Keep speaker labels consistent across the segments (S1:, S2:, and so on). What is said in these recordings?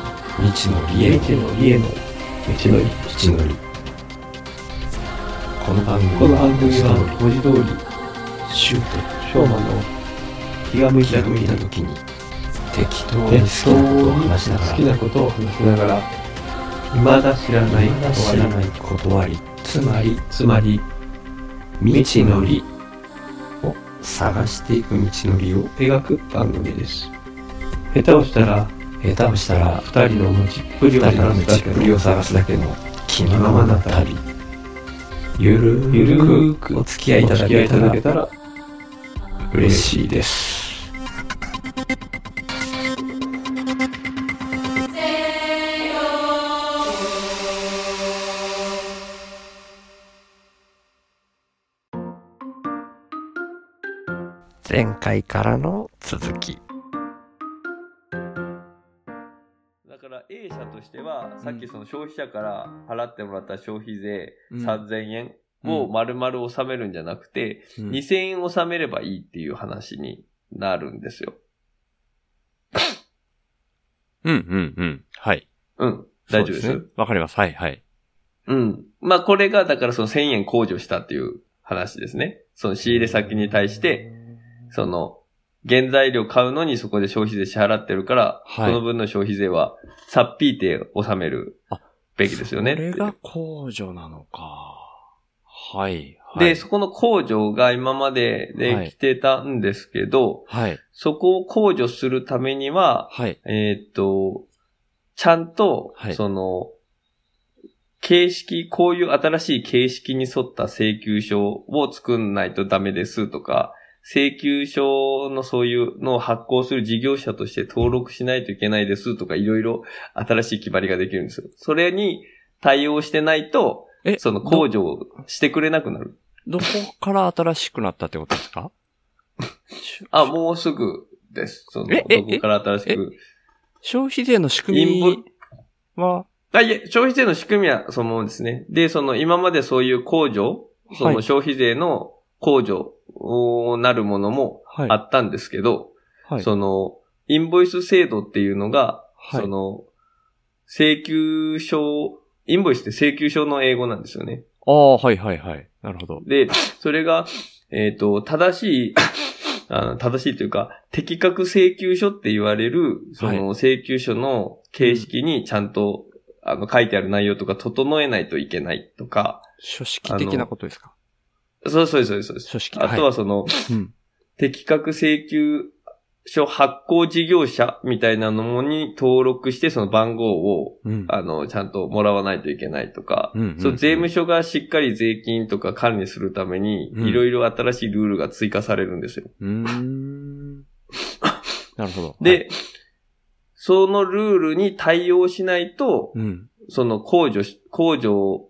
S1: のりへの
S2: 道のりへの道のり
S1: 道のりこの番組
S2: この番組は
S1: 下取
S2: 文字通り
S1: りシュー
S2: 昭和の気が向
S1: ト開
S2: いた
S1: く
S2: 時
S1: 見た
S2: に
S1: 時に適当に
S2: 適当
S1: 好きなことを
S2: に
S1: 話しながら
S2: 好きなことを話しながら未だ知らない
S1: まだ知らない断りつまり
S2: つまり
S1: 未知のりを探していく道のりを
S2: 描く番組です下手をしたら
S1: 下手をしたら
S2: 二人の持ちっぷりを
S1: 二人
S2: 探
S1: の
S2: す
S1: 道
S2: だ
S1: っ
S2: け
S1: ぷりを探すだけの気のままな旅ゆる
S2: ゆる
S1: ー
S2: ー
S1: く
S2: く
S1: お付き合いいただ
S2: お付き合い
S1: けた
S2: いた
S1: ら
S2: だけたら
S1: 嬉しいです前回からの続き
S3: だから A 社としては、さっきその消費者から払ってもらった消費税
S4: うん
S3: 3000円を丸々納めるんじゃなくて、
S4: うん
S3: 2000円納めればいいっていう話になるんですよ。
S4: うんうんうん。はい。
S3: うん。大丈夫です
S4: そうねわかります。はいはい。
S3: うん。まあこれがだからその1000円控除したっていう話ですね。その仕入れ先に対して、その原材料買うのにそこで消費税支払ってるから、
S4: はい
S3: その分の消費税はさっぴいて納めるべきですよねっ
S4: こ
S3: ていう。
S4: れが控除なのか。はい。はい、
S3: で、そこの控除が今まで
S4: は
S3: で
S4: い
S3: 来てたんですけど、
S4: はい。
S3: そこを控除するためには、
S4: はい。
S3: えーっと、ちゃんと、
S4: はい
S3: その、形式、こういう新しい形式に沿った請求書を作んないとダメですとか、請求書のそういうのを発行する事業者として登録しないといけないですとか、いろいろ新しい決まりができるんですよ。それに対応してないと、
S4: え
S3: その控除をしてくれなくなる。
S4: ど、どこから新しくなったってことですか
S3: あ、もうすぐです。その、
S4: え
S3: ど
S4: え
S3: こから新しく。
S4: 消費税の仕組
S3: インボイ
S4: みは、
S3: あ、いえ、消費税の仕組みはそのままですね。で、その今までそういう控除、そ
S4: は
S3: の
S4: い
S3: 消費税の控除をなるものも
S4: はい。
S3: あったんですけど、
S4: はい。
S3: その、インボイス制度っていうのが、
S4: はい
S3: その、請求書、インボイスって請求書の英語なんですよね。
S4: ああ、はいはいはい。なるほど。
S3: で、それが、えっ、と、正しい、あの正しいというか、適格請求書って言われる、その請求書の形式にちゃんと、あの、書いてある内容とか整えないといけないとか、
S4: 書式的なことですか
S3: そうそうそうそうです。
S4: 書式。
S3: あとはその、
S4: い、うん。
S3: 適格請求書発行事業者みたいなのもに登録して、その番号を、
S4: うん。
S3: あの、ちゃんともらわないといけないとか、
S4: うんうんうん
S3: そう、税務署がしっかり税金とか管理するために、
S4: うん
S3: いろいろ新しいルールが追加されるんですよ。
S4: うーん。なるほど。
S3: で、そのルールに対応しない
S4: は
S3: と、
S4: い、うん。
S3: その控除し、控除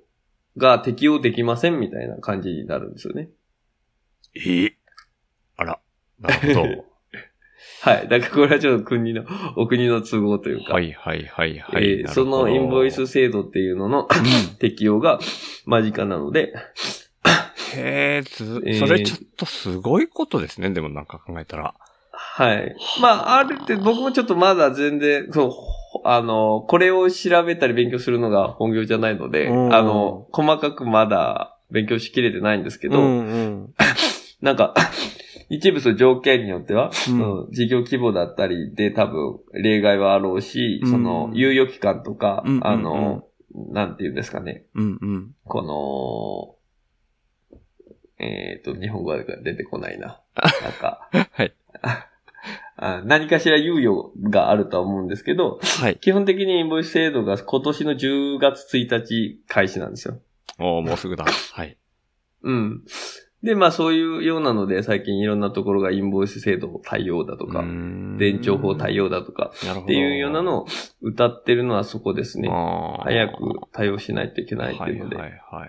S3: が適用できませんみたいな感じになるんですよね。
S4: えあら。なるほ
S3: はい。だからこれはちょっと国の、お国の都合という
S4: ど。
S3: か、
S4: はいはいはいはい。
S3: えー
S4: なる
S3: そ
S4: ほど
S3: のインボイス制度っていうのの適用が間近なので、
S4: へえ、ず
S3: え、ー
S4: それちょっとすごいことですね。でもなんか考えたら。
S3: はい。まあ、あるって、僕もちょっとまだ全然、そう、ほあの、これを調べたり勉強するのが本業じゃないので、
S4: うん
S3: あの、細かくまだ勉強しきれてないんですけど、
S4: うん
S3: なんか、 一部その条件によっては、
S4: う。
S3: うんん事業規模だったりで多分例外はあろうし、
S4: うん
S3: その、猶予期間とか、
S4: うんうんうん
S3: あの、なんていうんですかね、
S4: うんうん。
S3: この、えっ、と、日本語が出てこないな。なんか、
S4: はい
S3: あ何かしら猶予があるとは思うんですけど、
S4: はい。
S3: 基本的にインボイス制度が今年の10月1日開始なんですよ。
S4: おーもうすぐだ。はい。
S3: うん。で、まあそういうようなので、最近いろんなところがインボイス制度対応だとか、
S4: 電
S3: 伝承法対応だとか、
S4: なるほど。
S3: っていうようなのを歌ってるのはそこですね。
S4: あー
S3: 早く対応しないといけないって
S4: はいいうは
S3: の
S4: い
S3: で。
S4: はいはい。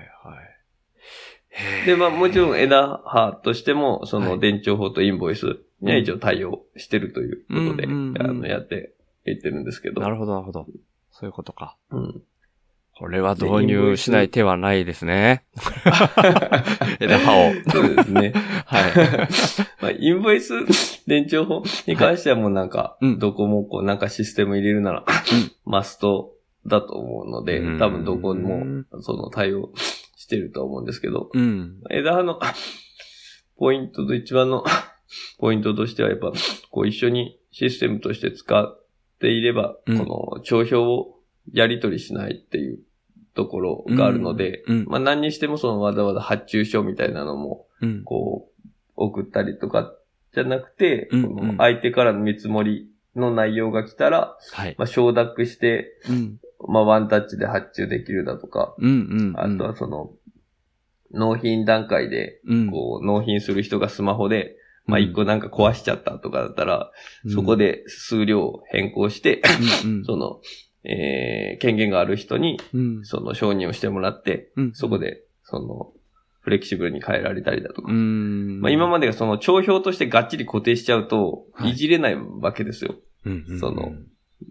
S4: へー
S3: で、まあもちろん枝葉としても、そ
S4: はい
S3: の伝承法とインボイスには一応対応してるということで、
S4: うんうんうん
S3: あの、やっていってるんですけど。
S4: なるほどなるほど。そういうことか。
S3: うん
S5: これは導入しない手はないですね。枝葉 を。
S3: そうですね。
S5: はい。
S3: まあ、インボイス伝承法に関してはもうなんか、
S5: うん
S3: どこもこうなんかシステム入れるなら、マストだと思うので、多分どこもその対応してると思うんですけど、
S5: うん。
S3: 枝葉のポイントと一番のポイントとしてはやっぱ、こう一緒にシステムとして使っていれば、
S5: うん
S3: この帳票をやり取りしないっていうところがあるので、
S5: うん。
S3: まあ何にしてもそのわざわざ発注書みたいなのも、
S5: うん。
S3: こう、送ったりとかじゃなくて、
S5: うん
S3: こ
S5: うん
S3: の相手からの見積もりの内容が来たら、
S5: はい。
S3: まあ、承諾して、
S5: うん。
S3: まあ、ワンタッチで発注できるだとか、
S5: うん。うん。
S3: あとはその、納品段階で、
S5: うん、
S3: こう、納品する人がスマホで、まあ、一個なんか壊しちゃったとかだったら、
S5: うん
S3: そこ、で数量を変更して、
S5: うんうん
S3: その、えー、権限がある人に、
S5: うん
S3: その承認をしてもらって、
S5: うん
S3: そこで、その、フレキシブルに変えられたりだとか
S5: う、ん。
S3: まあ、今までがその帳票としてがっちり固定しちゃうと、
S5: はい
S3: いじれないわけですよ。
S5: うんうんうん
S3: その、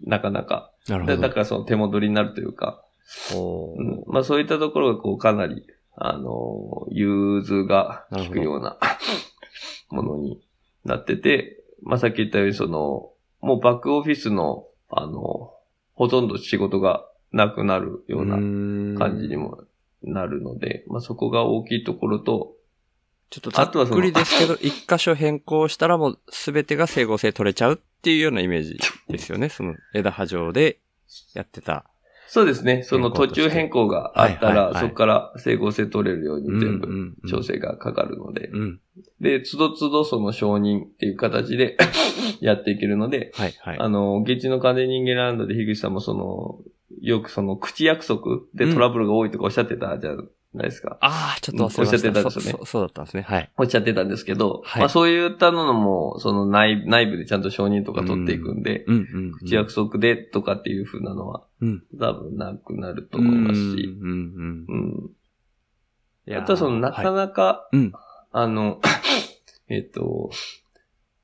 S3: なかなか。
S5: なるほ
S3: だ
S5: ど。
S3: だからその手戻りになるというか、うんまあそういったところがこうかなり、あのー、融通が効くような ものになってて、まあさっき言ったようにその、もうバックオフィスの、あの、ほとんど仕事がなくなるような感じにもなるので、まあそこが大きいところと、
S5: ちょっとざっくりですけど、一箇所変更したらもう全てが整合性取れちゃうっていうようなイメージですよ ね。その枝葉状でやってた。
S3: そうですね。その
S5: 変更
S3: 途
S5: として
S3: 中変更があった
S5: はいはいは
S3: ら、
S5: い
S3: そこから整合性取れるように全
S5: うん
S3: 部
S5: うんうん
S3: 調整がかかるので、
S5: うん。
S3: で、つどつどその承認っていう形で やっていけるので、
S5: はいはい。
S3: あの、ゲチの完全人間ランドで樋口さんもその、よくその口約束でトラブルが多いとかおっしゃってたじゃないですか。
S5: ああ、ちょっと忘れました。
S3: おっしゃってたんですよね
S5: そそそうだったんですね。はい。
S3: おっしゃってたんですけど、
S5: はい
S3: まあそういったのも、その内内部でちゃんと承認とか取っていくんで、
S5: うんうんうん。
S3: 口約束でとかっていう風なのは、
S5: うん
S3: 多分なくなると思いますし、
S5: うんうん
S3: うん、
S5: うん。
S3: あとはその、なか
S5: は
S3: なか、
S5: いうん。
S3: あの、 えっと、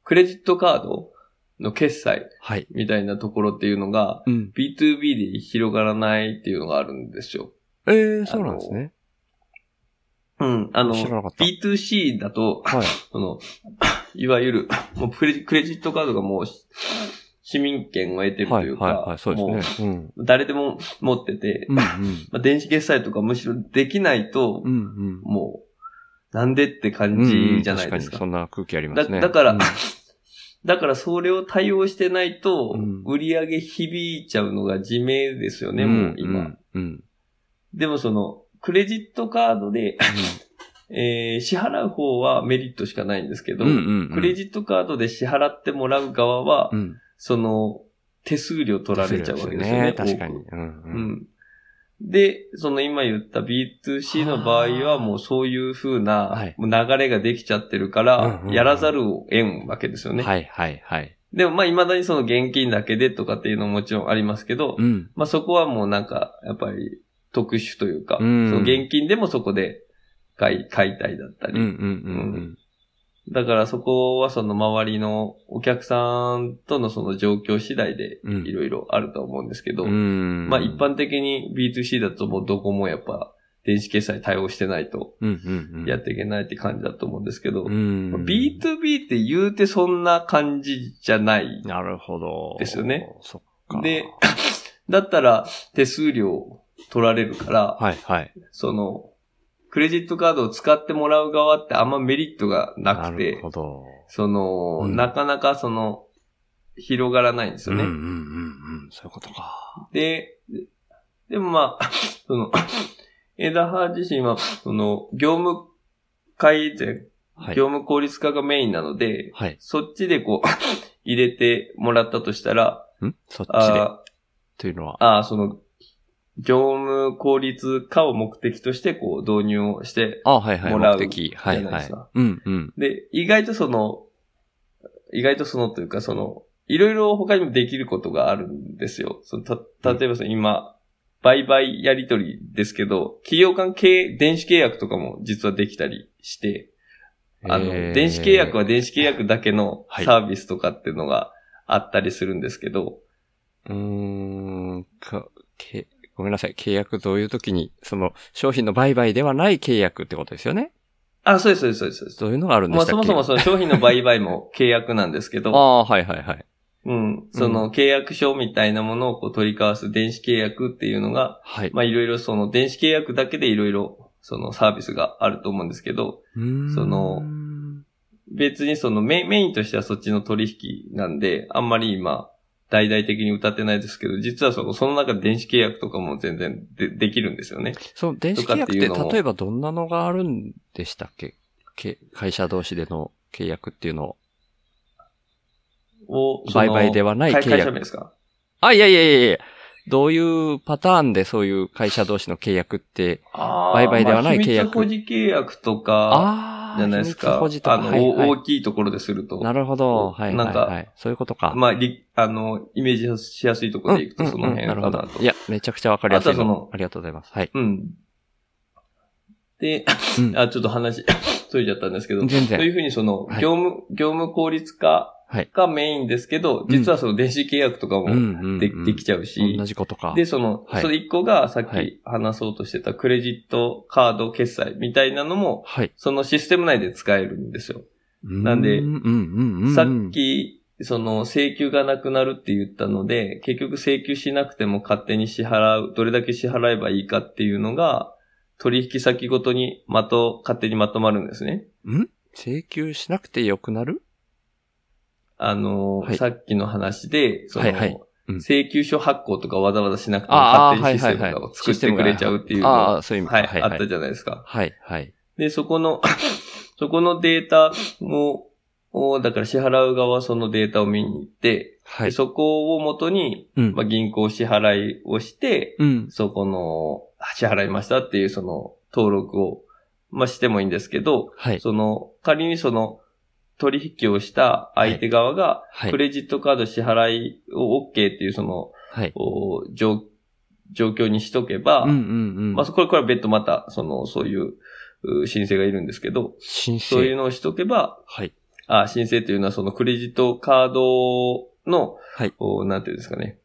S3: クレジットカードの決済
S5: はい。
S3: みたいなところっていうのが、
S5: うん。
S3: B2B で広がらないっていうのがあるんですよ。
S5: ええ、そうなんですね。
S3: うん。あの、
S5: 知らなかった
S3: B2C だと、
S5: はい。
S3: その、 いわゆる、もうクレジクレジットカードがもう、し市民権を得てると
S5: はいい、
S3: うか、
S5: はい、はい、そう
S3: も
S5: ですね。うん。
S3: う誰でも持ってて、
S5: うん、うん。
S3: まあ、電子決済とかむしろできないと、
S5: うん、
S3: もう、なんでって
S5: うん。
S3: 感じじゃない
S5: うんうん
S3: です
S5: 確
S3: か
S5: かに、そ。んな空気ありま
S3: だ
S5: すね。
S3: だから、
S5: うん
S3: だからそれを対応してないと
S5: うん、
S3: 売り上げ響いちゃうのが自明ですよね、もう今、。
S5: うんうん。
S3: でもその、クレジットカードで、 えー支払う方はメリットしかないんですけど、
S5: うんうんうん
S3: クレジットカードで支払ってもらう側は、
S5: うん。うん
S3: その、手数料取られちゃうわけですよね。
S5: 確かに
S3: 多。
S5: うん
S3: く。
S5: う。
S3: うんん。で、その今言った B2C の場合はもうそういう風
S5: は
S3: ないもう流れができちゃってるか
S5: うん
S3: ら
S5: うんう、ん
S3: やらざるを得んわけですよね。
S5: はいはいはい。
S3: でもまあ未だにその現金だけでとかっていうのももちろんありますけど、
S5: うん。
S3: まあそこはもうなんかやっぱり特殊というか、
S5: うん
S3: その現金でもそこで買い買いたいだった
S5: うんう
S3: り、
S5: んうん
S3: だからそこはその周りのお客さんとのその状況次第で
S5: うん。
S3: いろいろあると思うんですけど、
S5: うん。
S3: まあ一般的に B2C だともうどこもやっぱ電子決済対応してないと
S5: うんうんうん。
S3: やっていけないって感じだと思うんですけど、
S5: うん。
S3: まあ B2B って言うてそんな感じじゃない
S5: なるほど。
S3: ですよね。
S5: そっか。
S3: で、だったら手数料取られるから、
S5: はいはい。
S3: その、クレジットカードを使ってもらう側ってあんまメリットがな
S5: な
S3: く
S5: る
S3: て
S5: ほ、ど。
S3: その、
S5: うん
S3: なかなかその、広がらないんです
S5: う
S3: よ
S5: んうん
S3: ね。
S5: うんうん。そういうことか。
S3: で、でもまあ、 その、枝葉自身は、その、業務改善、
S5: はい。
S3: 業務効率化がメインなので、
S5: はい。
S3: そっちでこう、 入れてもらったとしたら、
S5: んそっちで。
S3: あ
S5: というのは。
S3: あー、その、業務効率化を目的として、こう、導入をして、
S5: あはいはい。
S3: もらう
S5: 目的。はい
S3: じゃない
S5: は
S3: です
S5: い
S3: か。
S5: うんうん。
S3: で、意外とその、意外とそのというか、その、いろいろ他にもできることがあるんですよ。そのた、例えばその今、売買やり取りですけど、企業間経営、電子契約とかも実はできたりして、あの、
S5: えー
S3: 電子契約は電子契約だけの
S5: はい
S3: サービスとかっていうのがあったりするんですけど、
S5: うーん、か、け、ごめんなさい。契約どういう時に、その商品の売買ではない契約ってことですよね。
S3: あ、そうです、そうです、そうですそうです。
S5: どういうのがあるんで
S3: まあ
S5: した
S3: そ
S5: っ
S3: も
S5: け
S3: そもその商品の売買も契約なんですけ ど、
S5: ああー、はいはいはい。
S3: うん、その契約書みたいなものをこう取り交わす電子契約っていうのが、
S5: はい。
S3: まあいろいろその電子契約だけでいろいろそのサービスがあると思うんですけど、
S5: うーん
S3: その、別にそのメインメインとしてはそっちの取引なんで、あんまり今、大々的に歌ってないですけど、実はそのその中で電子契約とかも全然でできるんですよね。
S5: その電子契約
S3: とかっていうの
S5: っ
S3: も
S5: て例えばどんなのがあるんでしたっけけ会社同士での契約っていうのを。
S3: を、そ
S5: 売
S3: の
S5: 買ではない
S3: 会
S5: 契
S3: 会社
S5: 約。
S3: 名ですか
S5: あ、いやいやいやいやどういうパターンでそういう会社同士の契約って、
S3: あ
S5: 売買ではない契約
S3: まあ秘密保持契約とか、
S5: ああ、
S3: じゃないです
S5: 秘
S3: か。
S5: 密保持と
S3: あ
S5: か
S3: の、
S5: はいはい
S3: お大きいところですると。
S5: なるほど。はい、
S3: なんか
S5: はいはい。そういうことか。
S3: まあ、りあの、イメージしやすいとこ
S5: う
S3: ろ
S5: ん
S3: でいくと、その辺
S5: うんう
S3: かな
S5: んな
S3: と。
S5: るほど。いや、めちゃくちゃわかりやすい
S3: あとはそ
S5: の
S3: の。
S5: ありがとうございます。はい。
S3: うん。で、
S5: うん
S3: あ、ちょっと話、 それちゃったんですけど、
S5: 全
S3: とい
S5: 然。
S3: うふうにその、
S5: はい
S3: 業務、業務効率化
S5: はい
S3: がメインですけど、実はその電子契約とか
S5: うん
S3: も
S5: うん
S3: で,、
S5: うん
S3: できちゃうし
S5: 同、じことか。
S3: で、その、
S5: はい
S3: それ一個がさっ
S5: はい
S3: き話そうとしてたクレジットカード決済みたいなのも、
S5: はい。
S3: そのシステム内で使えるんですよ。
S5: なん
S3: で
S5: うんうんうん。
S3: さっ。き、その請求がなくなるって言ったので、結局請求しなくても勝手に支払う、どれだけ支払えばいいかっていうのが、取引先ごとにまと、勝手にまとまるんですね。
S5: ん請求しなくてよくなる
S3: あの、
S5: はい
S3: さっきの話で、その、
S5: はいはいうん
S3: 請求書発行とかわざわざしなくても
S5: ああ
S3: 勝手にシステム
S5: はい
S3: と
S5: はい
S3: か
S5: は
S3: を
S5: い
S3: 作ってくれちゃうっていうのが
S5: ああ、そういう意味
S3: は
S5: か
S3: い、
S5: はい
S3: あ
S5: は
S3: った
S5: い。
S3: じゃないですか。
S5: はいはい。
S3: で、そこの、 そこのデータも、をだから支払う側はそのデータを見に行って、
S5: は
S3: で
S5: い。
S3: そこをもとに、
S5: うん
S3: まあ、銀行支払いをして、
S5: うん。
S3: そこの、支払いましたっていうその登録を、まあ、してもいいんですけど、
S5: はい。
S3: その、仮にその、取引をした相手側が、
S5: はい
S3: ク。レジットカード支払いを OK っていうその、
S5: はい。
S3: お状状況にしとけば、
S5: うんうんうん。
S3: まあ、これ、これは別途また、その、そういう、う申請がいるんですけど、
S5: 申
S3: そういう
S5: 請。
S3: のをしとけば、
S5: はい。
S3: あ申請というのはそのクレジットカードの、
S5: はい
S3: おなんていうんですかね、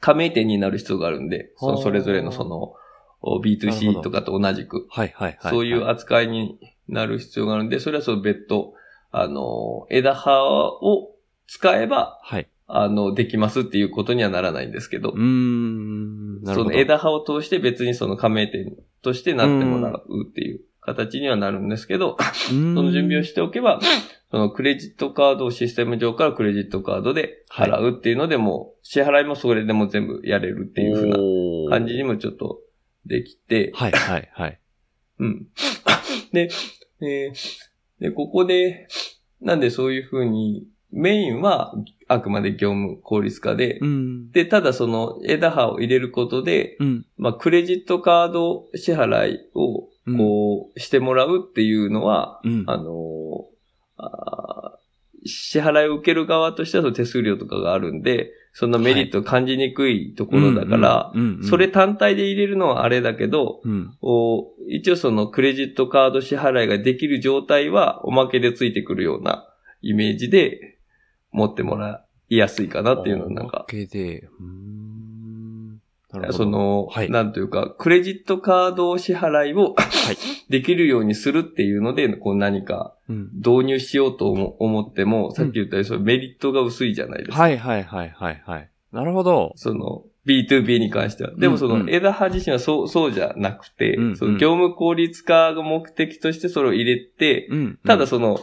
S3: 加盟店になる必要があるんで、その
S5: ほう
S3: それぞれのその、お
S5: なるほ
S3: B2C
S5: ど
S3: とかと同じく、
S5: はいはいはい。
S3: そういう扱いになる必要があるんで、それはその別途、あの、枝葉を使えば、
S5: はい。
S3: あの、できますっていうことにはならないんですけど
S5: うー、ん。なる
S3: そ
S5: ほ
S3: の
S5: ど。
S3: 枝葉を通して別にその加盟店としてなってもらうっていう形にはなるんですけど、
S5: そ
S3: その
S5: の
S3: 準備をしておけば、そのクレジットカードをシステム上からクレジットカードで払うっていうのでもう、支払いもそれでも全部やれるっていうふう
S5: う
S3: な感じにもちょっとできて、
S5: はいはいはい。
S3: うん。 で、えーで、ここで、なんでそういうふうに、メインはあくまで業務効率化で、
S5: うん。
S3: で、ただその枝葉を入れることで、
S5: うん。
S3: まあ、クレジットカード支払いを、
S5: うん
S3: こう、してもらうっていうのは、
S5: うん。
S3: あのーあー支払いを受ける側としてはその手数料とかがあるんで、そんなメリットを感じにくいところだから、
S5: うん、うんうん
S3: それ、単体で入れるのはあれだけど、
S5: うん。
S3: お一応そのクレジットカード支払いができる状態はおまけでついてくるようなイメージで持ってもらいやすいかなっていうのはなん
S5: おま
S3: か、
S5: けで、うーん。なるほど。
S3: そ、の、
S5: はい
S3: なんというか、クレジットカード支払いを
S5: はい。
S3: できるようにするっていうので、こう何か
S5: うん。
S3: 導入しようと思思っても、さっき言ったようにそのメリットが薄いじゃないですか。
S5: はいはいはいはいはい。なるほど。
S3: その B2B に関しては。でもそ
S5: うんうん
S3: の枝葉自身はそう、そうじゃなくて、
S5: うんうん
S3: その業務効率化が目的としてそれを入れて、
S5: うん、うん
S3: ただ、その、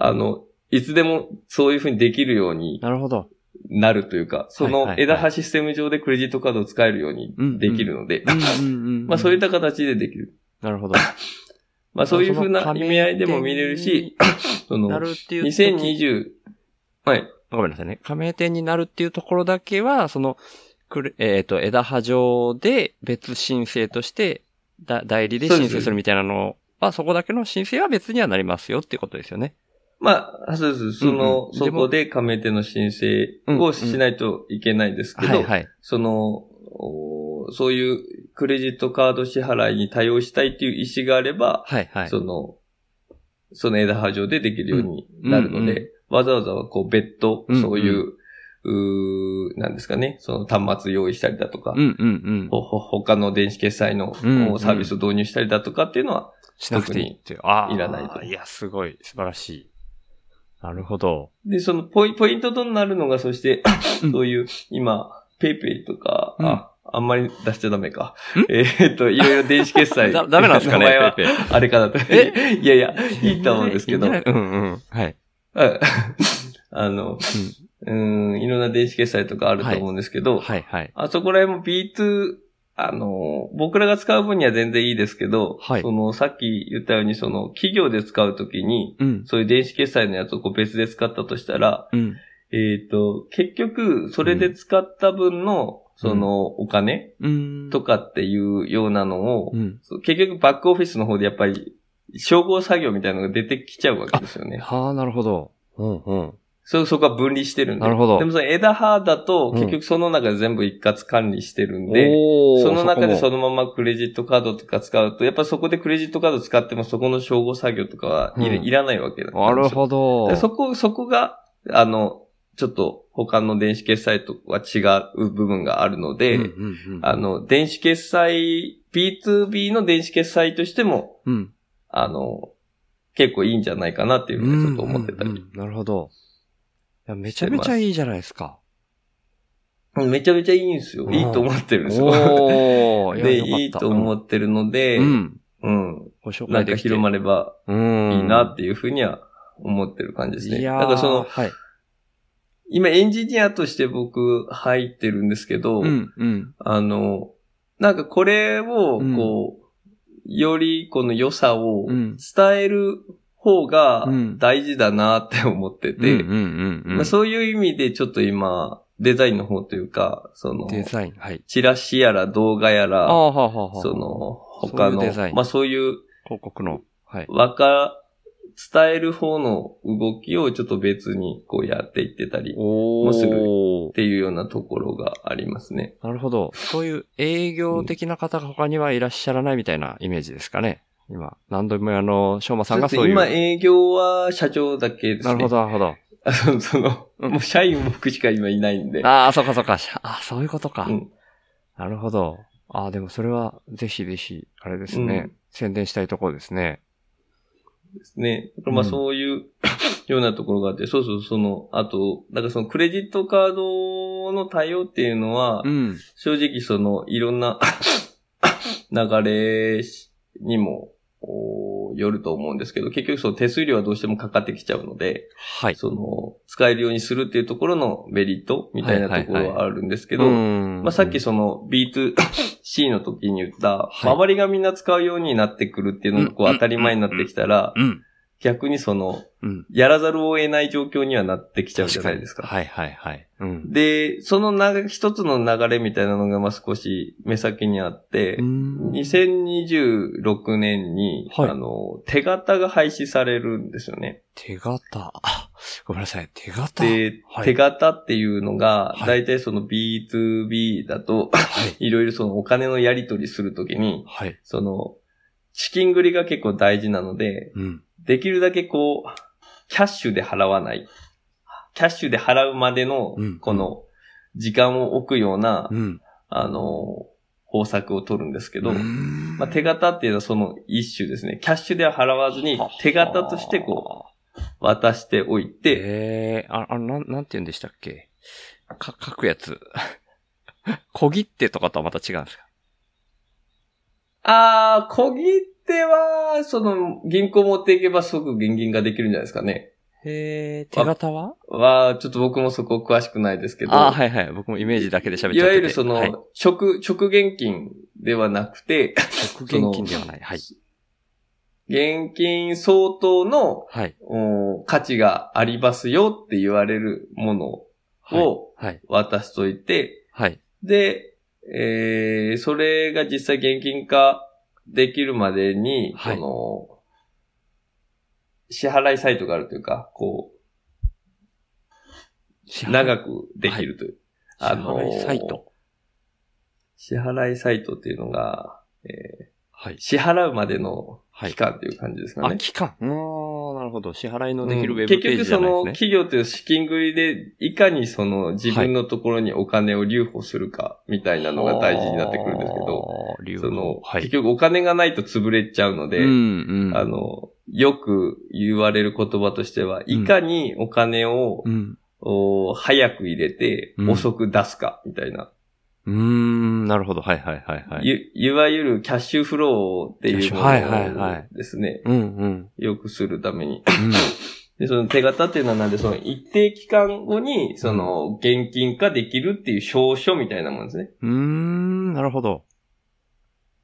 S3: あの、いつでもそういうふうにできるように
S5: なるほど。
S3: なるというか、そ
S5: はいはい
S3: の
S5: はい
S3: 枝葉システム上でクレジットカードを使えるようにできるので、
S5: うんうんうん。。
S3: まあそういったた形でできる。
S5: なるほど。
S3: まあそういうふう
S5: まあそ
S3: な
S5: の
S3: 意味合いでも見れるし、その
S5: な、るっていう。
S3: 2020、はい。
S5: ごめんなさいね。加盟店になるっていうところだけは、その、くれえっ、と、枝葉上で別申請として、だ代理で申請するみたいなのは、そこだけの申請は別にはなりますよっていうことですよね。
S3: まあ、そうです。その、
S5: うんうん
S3: そこで加盟店の申請をしないといけないですけど、
S5: はいはい。
S3: その、おそういうクレジットカード支払いに対応したいっていう意思があれば、
S5: はいはい。
S3: その、その枝葉上でできるようになるので、
S5: うんうん
S3: わざわざこう別途
S5: うんうん
S3: そういう、うーなんですかね、その端末用意したりだとか、
S5: うんうんうん。
S3: ほほ他の電子決済の
S5: うんうん
S3: サービスを導入したりだとかっていうのは、
S5: しなくていいっていう。ああ。
S3: いらないと
S5: いや、すごい。素晴らしい。なるほど。
S3: で、そのポイポイントとなるのが、そして、
S5: うん
S3: そういう、今、ペイペイとか、
S5: うん
S3: あ、あんまり出しちゃダメか
S5: ん。
S3: えーっと、いろいろ電子決済。
S5: だ ダメなんですかね、
S3: 名前は
S5: ペイペイ
S3: あれかなと。
S5: え
S3: いやいや、いいと思うんですけど。
S5: いいんじゃないうんうん。はい。
S3: あ あの、うん、いろんな電子決済とかあると思うんですけど、
S5: はいはい。
S3: あそこら辺も B2、あの、僕らが使う分には全然いいですけど、
S5: はい
S3: その、さっき言ったように、その、企業で使うときに、
S5: うん。
S3: そういう電子決済のやつをこう別で使ったとしたら、
S5: うん。
S3: えっ、と、結局、それで使った分の、その、お金
S5: うん。
S3: とかっていうようなのを、
S5: うん。
S3: そう結局バックオフィスの方でやっぱり、照合作業みたいなのが出てきちゃうわけですよね。
S5: はあ、なるほど。うんうん。
S3: そ、そこは分離してるんで。
S5: なるほど
S3: でもその枝葉だと、
S5: うん
S3: 結局その中で全部一括管理してるんで、
S5: おー
S3: その中でそ
S5: こ
S3: のままクレジットカードとか使うと、やっぱそこでクレジットカード使ってもそこの照合作業とかはいら,、
S5: うん
S3: ないわけなんです
S5: もな
S3: よ
S5: るほど。
S3: でそこ、そこが、あの、ちょっと他の電子決済とは違う部分があるの
S5: うん
S3: で、
S5: うんうん。
S3: あの、電子決済、B2B の電子決済としても、
S5: うん。
S3: あの、結構いいんじゃないかなっていうふうにちょっと思ってたり。
S5: うんうんうんなるほど。いや、めちゃめちゃいいじゃないですか。
S3: めちゃめちゃいいんですよ。
S5: うん
S3: いいと思ってるんですよ。
S5: おー。
S3: で、いいと思
S5: っ
S3: ってるので、
S5: てうん。
S3: うん。
S5: ご紹
S3: な
S5: 介
S3: ん
S5: で
S3: か
S5: きて。
S3: 広まれば
S5: うん。
S3: いいなっていうふうには思ってる感じですね。
S5: いやー
S3: だからその、
S5: はい。
S3: 今エンジニアとして僕入ってるんですけど、
S5: うんうん。
S3: あの、なんかこれを、こう、よりこの良さを
S5: うん
S3: 伝える方が
S5: うん
S3: 大事だなって思ってて、
S5: うんうんうんう
S3: まあ、
S5: ん。
S3: そういう意味でちょっと今、デザインの方というか、その、
S5: デザイン、はい。
S3: チラシやら動画や
S5: あー
S3: ら、
S5: はあはあはあ
S3: その、他
S5: そう
S3: の
S5: いうデザイ、ン
S3: まあそういう、
S5: 広告の。はい。
S3: わか、伝える方の動きをちょっと別にこうやっていってたり、っ
S5: お
S3: もうすぐ
S5: お。
S3: ていうようなところがありますね。
S5: なるほど。そういう営業的な方が他にはいらっしゃらないみたいなイメージですかね。今、何度もあの、翔馬さんがそういう。
S3: 今営業は社長だけですね。
S5: なるほど、なるほど。
S3: あその、その、
S5: うん
S3: もう社員僕しか今いないんで。
S5: ああ、そうかそうか。しゃあそういうことか。
S3: うん
S5: なるほど。ああ、でもそれは、ぜひぜひ、あれですね、
S3: うん
S5: 宣伝したいところですね。
S3: ですね。だからまあ
S5: うん
S3: そういう ようなところがあって、そうそう、その、あと、だからそのクレジットカードの対応っていうのは、
S5: うん。
S3: 正直その、いろんな 流れにも、およると思うんですけど、結局その手数料はどうしてもかかってきちゃうので、
S5: はい。
S3: その、使えるようにするっていうところのメリットみたいなところはあるんですけど、
S5: ん
S3: まあ、さっきその B2C の時に言った、
S5: はい
S3: 周りがみんな使うようになってくるっていうのがこ
S5: うん
S3: う当たり前になってきたら、
S5: うん。
S3: 逆にその、
S5: うん。
S3: やらざるを得ない状況にはなってきちゃうじゃないですか。
S5: はいはいはい。うん。
S3: で、そのな一つの流れみたいなのがまあ少し目先にあって、2026年に、
S5: はい
S3: あの、手形が廃止されるんですよね。
S5: 手形。あ、ごめんなさい。手形。
S3: で、
S5: はい
S3: 手形っていうのが
S5: は、い
S3: だいたいその B2B だと、
S5: は い。
S3: いろいろそのお金のやり取りするときに、
S5: はい。
S3: その、チキン繰りが結構大事なので、
S5: うん。
S3: できるだけこう、キャッシュで払わない。キャッシュで払うまでの
S5: うん、
S3: この、時間を置くような、
S5: うん。
S3: あの、方策を取るんですけど、ま
S5: ま
S3: あ、手形っていうのはその一種ですね。キャッシュでは払わずに、手形としてこう、渡しておいて、
S5: ええー、あ、あの、なん、なんて言うんでしたっけか、書くやつ。 小切手とかとはまた違うんですか
S3: あー、小切手は、その、銀行持っていけばすぐ現金ができるんじゃないですかね。
S5: へえ、手
S3: 手
S5: 形は
S3: は、ちょっと僕もそこ詳しくないですけど。
S5: ああ、はいはい。僕もイメージだけで喋っちゃってて
S3: いわゆるその、
S5: はい
S3: 直、直現金ではなくて、
S5: 直現金ではない。はい。
S3: 現金相当の
S5: はい。
S3: お価値がありますよって言われるものを
S5: はい。はい。
S3: 渡しといて、
S5: はい。
S3: で、えー、それが実際現金化できるまでに、
S5: はい
S3: この、支払いサイトがあるというか、こう、長くできるという。
S5: 支払いサイト。
S3: 支払いサイトっていうのが、えー
S5: はい。
S3: 支払うまでの
S5: はい
S3: 期間っていう感じですかね。
S5: あ、期間。うーん、なるほほど。支払いのできる
S3: う
S5: ウ
S3: ん
S5: ェブペ
S3: 結
S5: ージ
S3: 局
S5: じゃ
S3: そ
S5: ない
S3: の
S5: ですね。
S3: 企業という資金繰りで、いかにその自分のところにお金を留保するかみたいなのが大事になってくるんですけど、
S5: あー、流
S3: その、
S5: はい。
S3: 結局お金がないと潰れちゃうので、
S5: うんうん、
S3: あ、の、よく言われる言葉としては、いかにお金を、
S5: うん。
S3: お早く入れて
S5: う、ん
S3: 遅く出すか、みたいな、
S5: うーん、なるほど。はいはいはいはい。
S3: い。いわゆるキャッシュフローっていうも
S5: はいはいは
S3: の
S5: い
S3: をですね、
S5: うんうん。
S3: よくするために。
S5: うん
S3: で、その手形っていうのはなんで、その一定期間後に、その、現金化できるっていう証書みたいなもんですね。
S5: うーん、なるほど。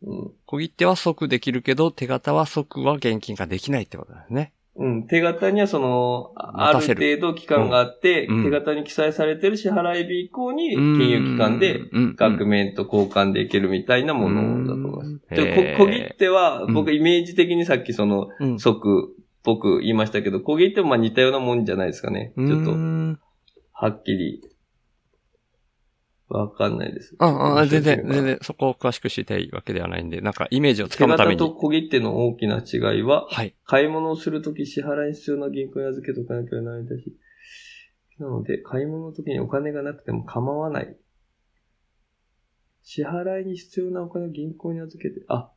S3: うん。
S5: 小切手は即できるけど、手形は即は現金化できないってことですね。
S3: うん、手形にはその、ああ
S5: 待た
S3: る
S5: せる
S3: 程度期間があって、
S5: うんうん
S3: 手形に記載されてる支払い日以降に、金融機関で、額面
S5: 面
S3: と交換できるみたいなものだと思います。
S5: す
S3: でこ小切手は、
S5: うん
S3: 僕イメージ的にさっきその、
S5: うん
S3: 即、僕言いましたけど、小切手もまあ似たようなもんじゃないですかね。ちょっ
S5: うー
S3: と、
S5: ん
S3: はっきり、わかんないです。
S5: ああ、全然、全然、そこを詳しく知りたいわけではないんで、なんかイメージをつ
S3: 手
S5: かむた
S3: 形
S5: め
S3: と
S5: に。
S3: 小切手の大きな違いは、
S5: はい。
S3: 買い物をするとき支払いに必要な銀行に預けとかなきゃならないだし、なので、買い物のときにお金がなくても構わない。支払いに必要なお金を銀行に預けて、あ、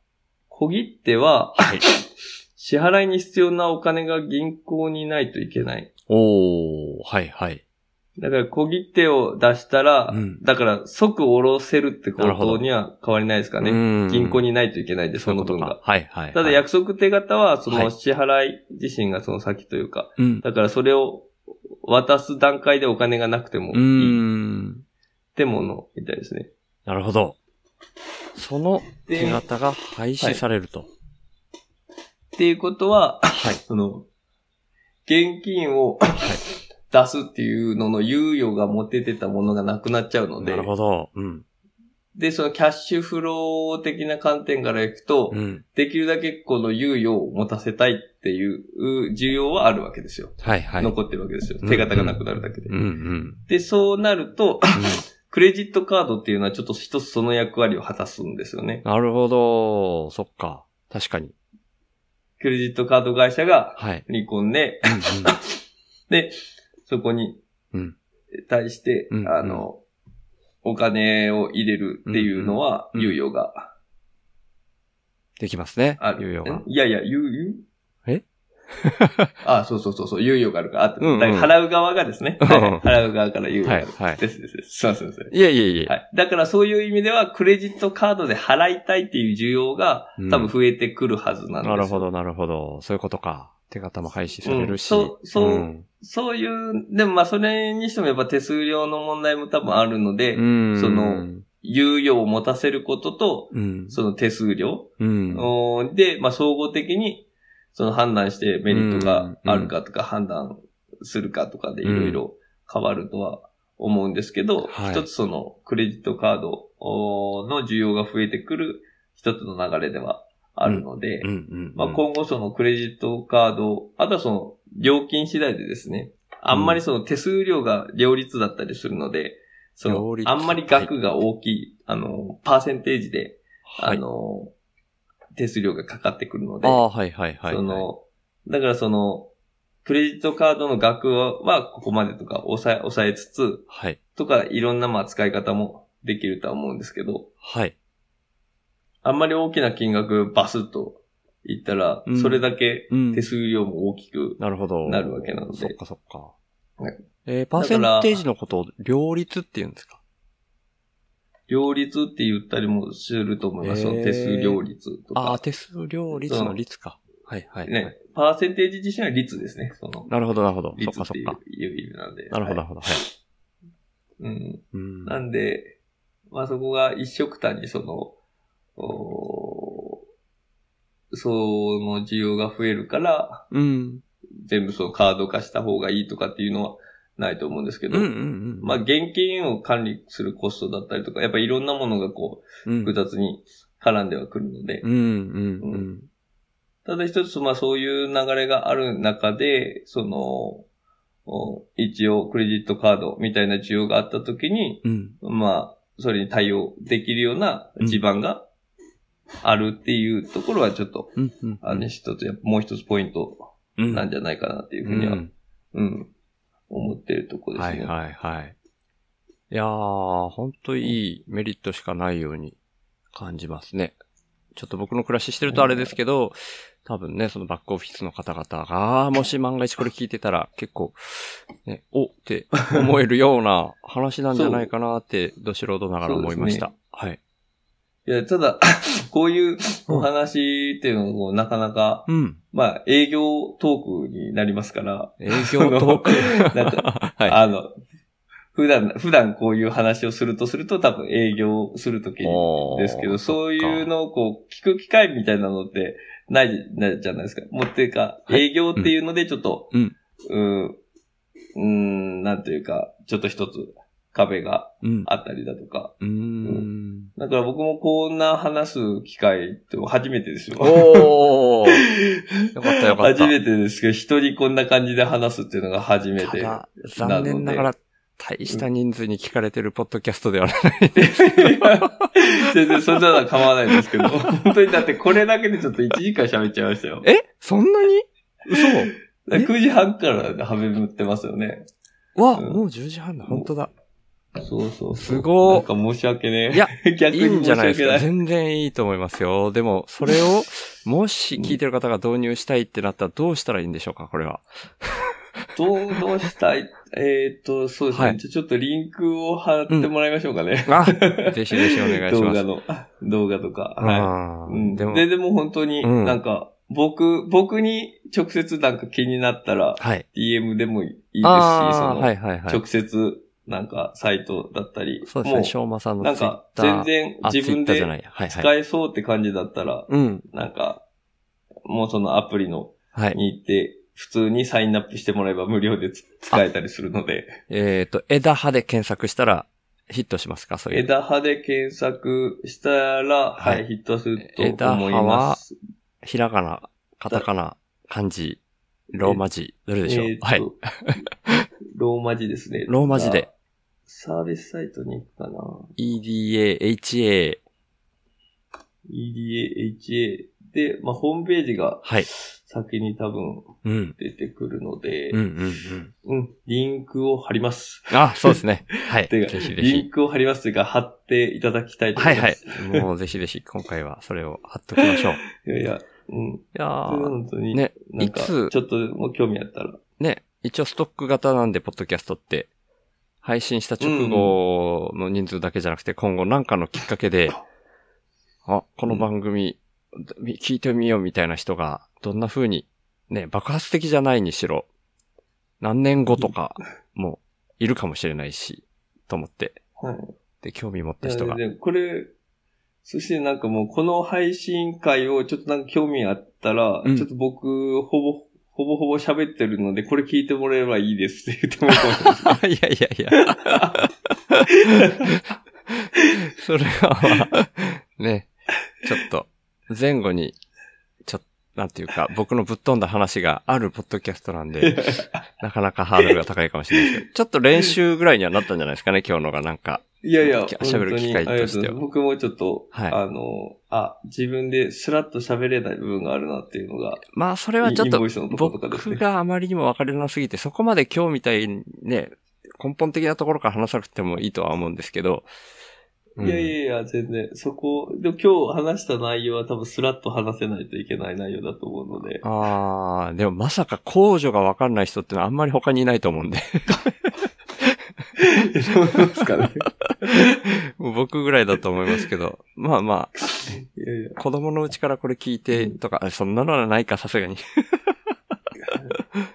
S3: 小切手 は、
S5: はい。
S3: 支払いに必要なお金が銀行にないといけない。
S5: おー、はいはい。
S3: だから小切手を出したら、
S5: うん
S3: だから即下ろせるってこ
S5: なるほ
S3: と
S5: ど
S3: には変わりないですかね。
S5: ね
S3: 銀行にないといけないんで、
S5: そ
S3: そう
S5: いう
S3: の
S5: こと
S3: 分
S5: か
S3: が。。
S5: はいはいはい。
S3: ただ約束手形は、そ
S5: は
S3: の
S5: い
S3: 支払い自身がその先というか、
S5: うん。
S3: だからそれを渡す段階でお金がなくてもい
S5: うー
S3: いっ
S5: ん。
S3: てものみたいですね。
S5: なるほど。その
S3: で
S5: 手形が廃止されると。
S3: っていうことは、
S5: はい
S3: その、現金を出すっていうのの猶予が持ててたものがなくなっちゃうので
S5: なる、ほど。うん。
S3: で、そのキャッシュフロー的な観点からいくと、
S5: うん。
S3: できるだけこの猶予を持たせたいっていう需要はあるわけですよ。
S5: はいはい。
S3: 残ってるわけですよ
S5: う。ん
S3: 手形がなくなるだけで。
S5: うんうん。
S3: で、そうなると、 クレジットカードっていうのはちょっと一つその役割を果たすんですよね。
S5: なるほど。そっか。確かに。
S3: クレジットカード会社が
S5: はい。
S3: 離婚で、
S5: うんうん
S3: で、そこに
S5: うん
S3: 対して、
S5: うん
S3: あの、お金を入れるっていうのは、
S5: うんうん
S3: 猶予が
S5: できますね。
S3: ある。
S5: 猶予が
S3: ん。いやいや、猶予
S5: え
S3: あ、そうそうそうそう、猶予があるから。あって
S5: うんうん
S3: だから払う側がですね。
S5: うん
S3: はい払う側から猶予がある。
S5: はいはい
S3: ですですです。すいませんすいません
S5: いやいやいや。
S3: はい。だからそういう意味では、クレジットカードで払いたいっていう需要が
S5: うん
S3: 多分増えてくるはずなんですよ
S5: なるほど、なるほど。そういうことか。手形も廃止されるし。
S3: うんそうそうんそういう、でもまあそれにしてもやっぱ手数料の問題も多分あるので、
S5: うん。
S3: その猶予を持たせることと、
S5: うん。
S3: その手数料
S5: うん。
S3: おーで、まあ、総合的に、その判断してメリットがあるかとか判断するかとかでいろいろ変わるとは思うんですけど、
S5: はい
S3: 一つそのクレジットカードおーの需要が増えてくる一つの流れではあるので、
S5: うんうん。
S3: まあ、今後そのクレジットカード、あとはその料金次第でですね、あんまりその手数料が両立だったりするので、その
S5: 両立
S3: あんまり額が大きい、あの、パーセンテージで、
S5: は
S3: あ
S5: い。
S3: の、手数料がかかってくるので、
S5: ああ、はいはいはい。
S3: その、だからその、クレジットカードの額はここまでとか抑え、抑えつつ、
S5: はい。
S3: とかいろんなまあ使い方もできるとは思うんですけど、
S5: はい。
S3: あんまり大きな金額バスッと言ったら
S5: うん、
S3: それだけ
S5: うん
S3: 手。数料も大きく、
S5: なるほど。
S3: なるわけなので
S5: そっかそっか
S3: はい。
S5: えー、パーセンテージのことを両立って言うんですか
S3: 両立って言ったりもすると思います。
S5: へー
S3: その手数料率と
S5: ああー、
S3: か。
S5: 手数料率の率か。はいはい。
S3: ね、パーセンテージ自身は率ですね。その、
S5: なるほどなるほど。そっ
S3: 率
S5: か
S3: っ
S5: そ
S3: て
S5: っ
S3: いう
S5: か。
S3: いう意味なんで。
S5: なるほどな
S3: は
S5: るほど。はい。
S3: い。うん。
S5: うん。
S3: なんで、まあそこが一色単にその、おーその需要が増えるから、
S5: うん。
S3: 全部そのカード化した方がいいとかっていうのはないと思うんですけ
S5: うんう
S3: ど、
S5: んうん。
S3: まあ現金を管理するコストだったりとか、やっぱいろんなものがこう
S5: うん、
S3: 複雑に絡んではくるので、
S5: うんうんうん。
S3: ただ一つまあそういう流れがある中で、その、お一応クレジットカードみたいな需要があった時に、
S5: うん。
S3: まあ、それに対応できるような地盤があるっていうところはちょっと、
S5: うんうん。
S3: あの、一つ、やっぱもう一つポイント
S4: うん
S3: なんじゃないかなっていうふ
S4: う
S3: うには、うん、
S4: ん。
S3: 思ってるとこです
S4: は
S3: ね。
S4: いはいはい。
S5: いやー、ほんといいメリットしかないように感じますね。ちょっと僕の暮らししてるとあれですけど、多分ね、そのバックオフィスの方々が、もし万が一これ聞いてたら結構、ね、おって思えるような話なんじゃないかなって、ど素人ながら思いま した。はい。
S3: いや、ただ、 こういうお話っていうのもなかなか、
S5: うん。
S3: まあ、営業トークになりますから、
S5: 営業 トーク。
S3: なんか
S5: はい。
S3: あの、普段、普段こういう話をするとすると多分営業するときに
S5: おー
S3: ですけど、そういう。
S5: そっか
S3: のをこう、聞く機会みたいなのってない、ないじゃないですか。もうっていうか、
S5: はい
S3: 営業っていうのでちょっと、
S5: うん
S3: うん、うーん、なんというか、ちょっと一つ壁が
S5: うん。
S3: あったりだとか。
S5: うーん。
S3: だから僕もこんな話す機会って初めてですよ。
S5: おー。よかったよかった。
S3: 初めてですけど、人にこんな感じで話すっていうのが初め
S5: た
S3: て。
S5: だ、
S3: なの
S5: 残
S3: で
S5: 念ながら、大した人数に聞かれてるポッドキャストではない。
S3: いや 全然そんなのは構わないんです けど、本当にだってこれだけでちょっと1時間喋っちゃいましたよ。
S5: えそんなに嘘
S3: だから9時半からはめぶってますよね。
S5: わ、
S3: うん
S5: もう10時半だ。本当だ。
S3: そうそうそう。
S5: すごー
S3: なんか申し訳ねえ。
S5: いや、
S3: 逆
S5: いいん
S3: に
S5: じ
S3: 申し
S5: ゃないで
S3: 訳
S5: す
S3: な
S5: か。
S3: い。
S5: 全然いいと思いますよ。でも、それを、もし聞いてる方が導入したいってなったらどうしたらいいんでしょうかこれは。
S3: どう、どうしたいえーっと、そうですね。
S5: はい
S3: じゃあちょっとリンクを貼ってもらいましょうかね。
S5: あ、ぜひぜひお願いし
S3: 動
S5: ま
S3: 画
S5: す。
S3: の、動画とか。はい。
S5: あ
S3: う
S5: ー
S3: ん
S5: でも、
S3: で、でも本当に、
S5: うん
S3: なんか、僕、僕に直接なんか気になったら、
S5: はい。
S3: DM でもいいですし、そ
S5: あー
S3: の、
S5: はいはいはい
S3: 直。接、なんか、サイトだったり、
S5: そうですね、しょうまさん
S3: もう、なん
S5: のツイッ
S3: か、
S5: ター。
S3: 全然
S5: あ、
S3: 自分
S5: Twitter じゃな
S3: で
S5: いや。はいは
S3: 使
S5: い。
S3: えそうって感じだったら、
S5: うん。
S3: なんか、もうそのアプリの、
S5: はい。
S3: に行って、普通にサインアップしてもらえば無料でつ使えたりするので、
S5: えっと、枝葉で検索したらヒットしますかそういう。
S3: 枝葉で検索したら、は
S5: はい
S3: い、ヒットすると思います。
S5: ひらがな、カタカナ、漢字、ローマ字、どれでしょう、
S3: えーっと
S5: はい。
S3: ローマ字ですね。
S5: ローマ字で。
S3: サービスサイトに行くかな。
S5: EDA、HA、
S3: EDA、HA で、まあ、ホームページが
S5: はい。
S3: 先に多分
S5: うん。
S3: 出てくるので、
S5: うんうんう
S3: う
S5: ん。
S3: んリンクを貼ります。
S5: あ、そうです ね。はい。
S3: て
S5: ぜ
S3: か
S5: ひぜ
S3: リン
S5: ひ。
S3: クを貼りますというか、貼っていただきたいと思
S5: はいい
S3: ます。
S5: はい。もうぜひぜひ、今回はそれを貼っときましょう。い
S3: いやいや、うん。それ
S5: や
S3: は
S5: ー
S3: 本当に、
S5: ね
S3: なんか、
S5: い
S3: ち
S5: つ
S3: ょっともう興味あったら。
S5: ね、一応ストック型なんで、ポッドキャストって。配信した直後の人数だけじゃなくて、今後何かのきっかけで、あ、この番組、み聞いてみようみたいな人が、どんな風に、ね、爆発的じゃないにしろ、何年後とかもいるかもしれないし、と思って、
S3: はい。
S5: で、興味持った人が。
S3: でこれ、そしてなんかもうこの配信会をちょっとなんか興味あったら、
S5: うん
S3: ちょっと僕、ほぼ、ほぼほぼ喋ってるので、これ聞いてもらえばいいですって言ってもらうかもしれない
S5: いやいやいや。それは、まあね、ちょっと、前後に、ちょっと、なんていうか、僕のぶっ飛んだ話があるポッドキャストなん で、なかなかハードルが高いかもしれないですけど、ちょっと練習ぐらいにはなったんじゃないですかね、今日のがなんか。
S3: いやいや、
S5: き喋る機会とし
S3: 本
S5: ては
S3: 当にありがうございます僕もちょっと、
S5: はい
S3: あの、あ、自分でスラッと喋れない部分があるなっていうのが、
S5: まあ、それはちょっ
S3: イン
S5: と
S3: ボイスのと、ことかですね
S5: 僕があまりにも分かれなすぎて、そこまで今日みたいにね、根本的なところから話さなくてもいいとは思うんですけど、うん
S3: いやいやいや、全然、そこ、でも今日話した内容は多分スラッと話せないといけない内容だと思う ので、
S5: ああ、でもまさか控除がわかんない人ってのはあんまり他にいないと思うんで。
S3: そうですかね。
S5: もう僕ぐらいだと思いますけど。まあま
S3: いやいや、
S5: あ、子供のうちからこれ聞いてとか、あそんなのはないか、さすがに。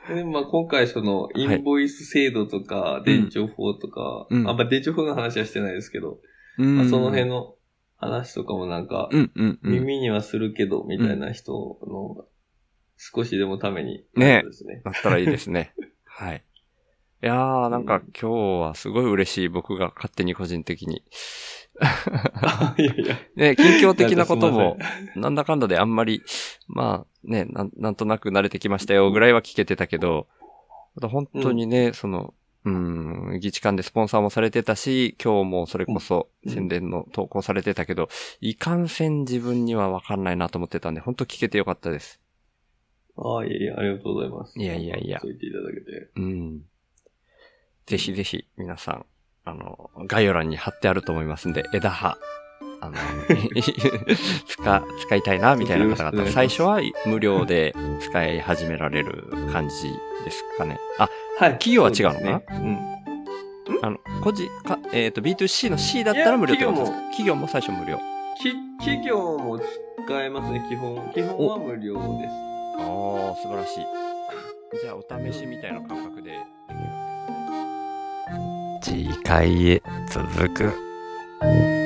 S3: で、まあ今回その、インボイス制度とか、電帳法とか、
S5: うん
S3: あんま電帳法の話はしてないですけど、
S5: うん
S3: まあその辺。の話とかもなんか、
S5: うんうんうん。
S3: 耳にはするけど、みたいな人の、少しでもために、
S5: ね
S3: そう ですね。
S5: なったらいいですね。はい。いやー、なんか今日はすごい嬉しい。僕が勝手に個人的に。
S3: あいやいや。
S5: ね、近況的なこと
S3: なん
S5: も、なんだかんだであんまり、まあね、なんなんとなく慣れてきましたよぐらいは聞けてたけど、あと本当にね、その、うん、議事館でスポンサーもされてたし、今日もそれこそ
S3: うん
S5: 宣伝の投稿されてたけど、いかんせん自分にはわかんないなと思ってたんで、本当聞けてよかったです。
S3: ああ、いえいえ、ありがとうございます。
S5: いやいやいや
S3: そう言っていただけて。
S5: うん。ぜひぜひ、皆さん、あの、概要欄に貼ってあると思いますんで、枝葉、あの、 使、使いたいな、みたいな方
S3: よろし
S5: 々、
S3: くお願
S5: 最
S3: いし
S5: 初は無料で使い始められる感じですかね。あ、
S3: はい。
S5: 企業は違
S3: そ
S5: うのかな
S3: うですね
S5: あの、個人、か、えっ、と、B2C の C だったら無料ってことです
S3: いや
S5: 企業も最初無
S3: う
S5: 料。
S3: ん。き、企業も使えますね、基本。基本は無料です。
S5: ああ、素晴らしい。じゃあ、お試しみたいな感覚で。
S1: 次回へ続く。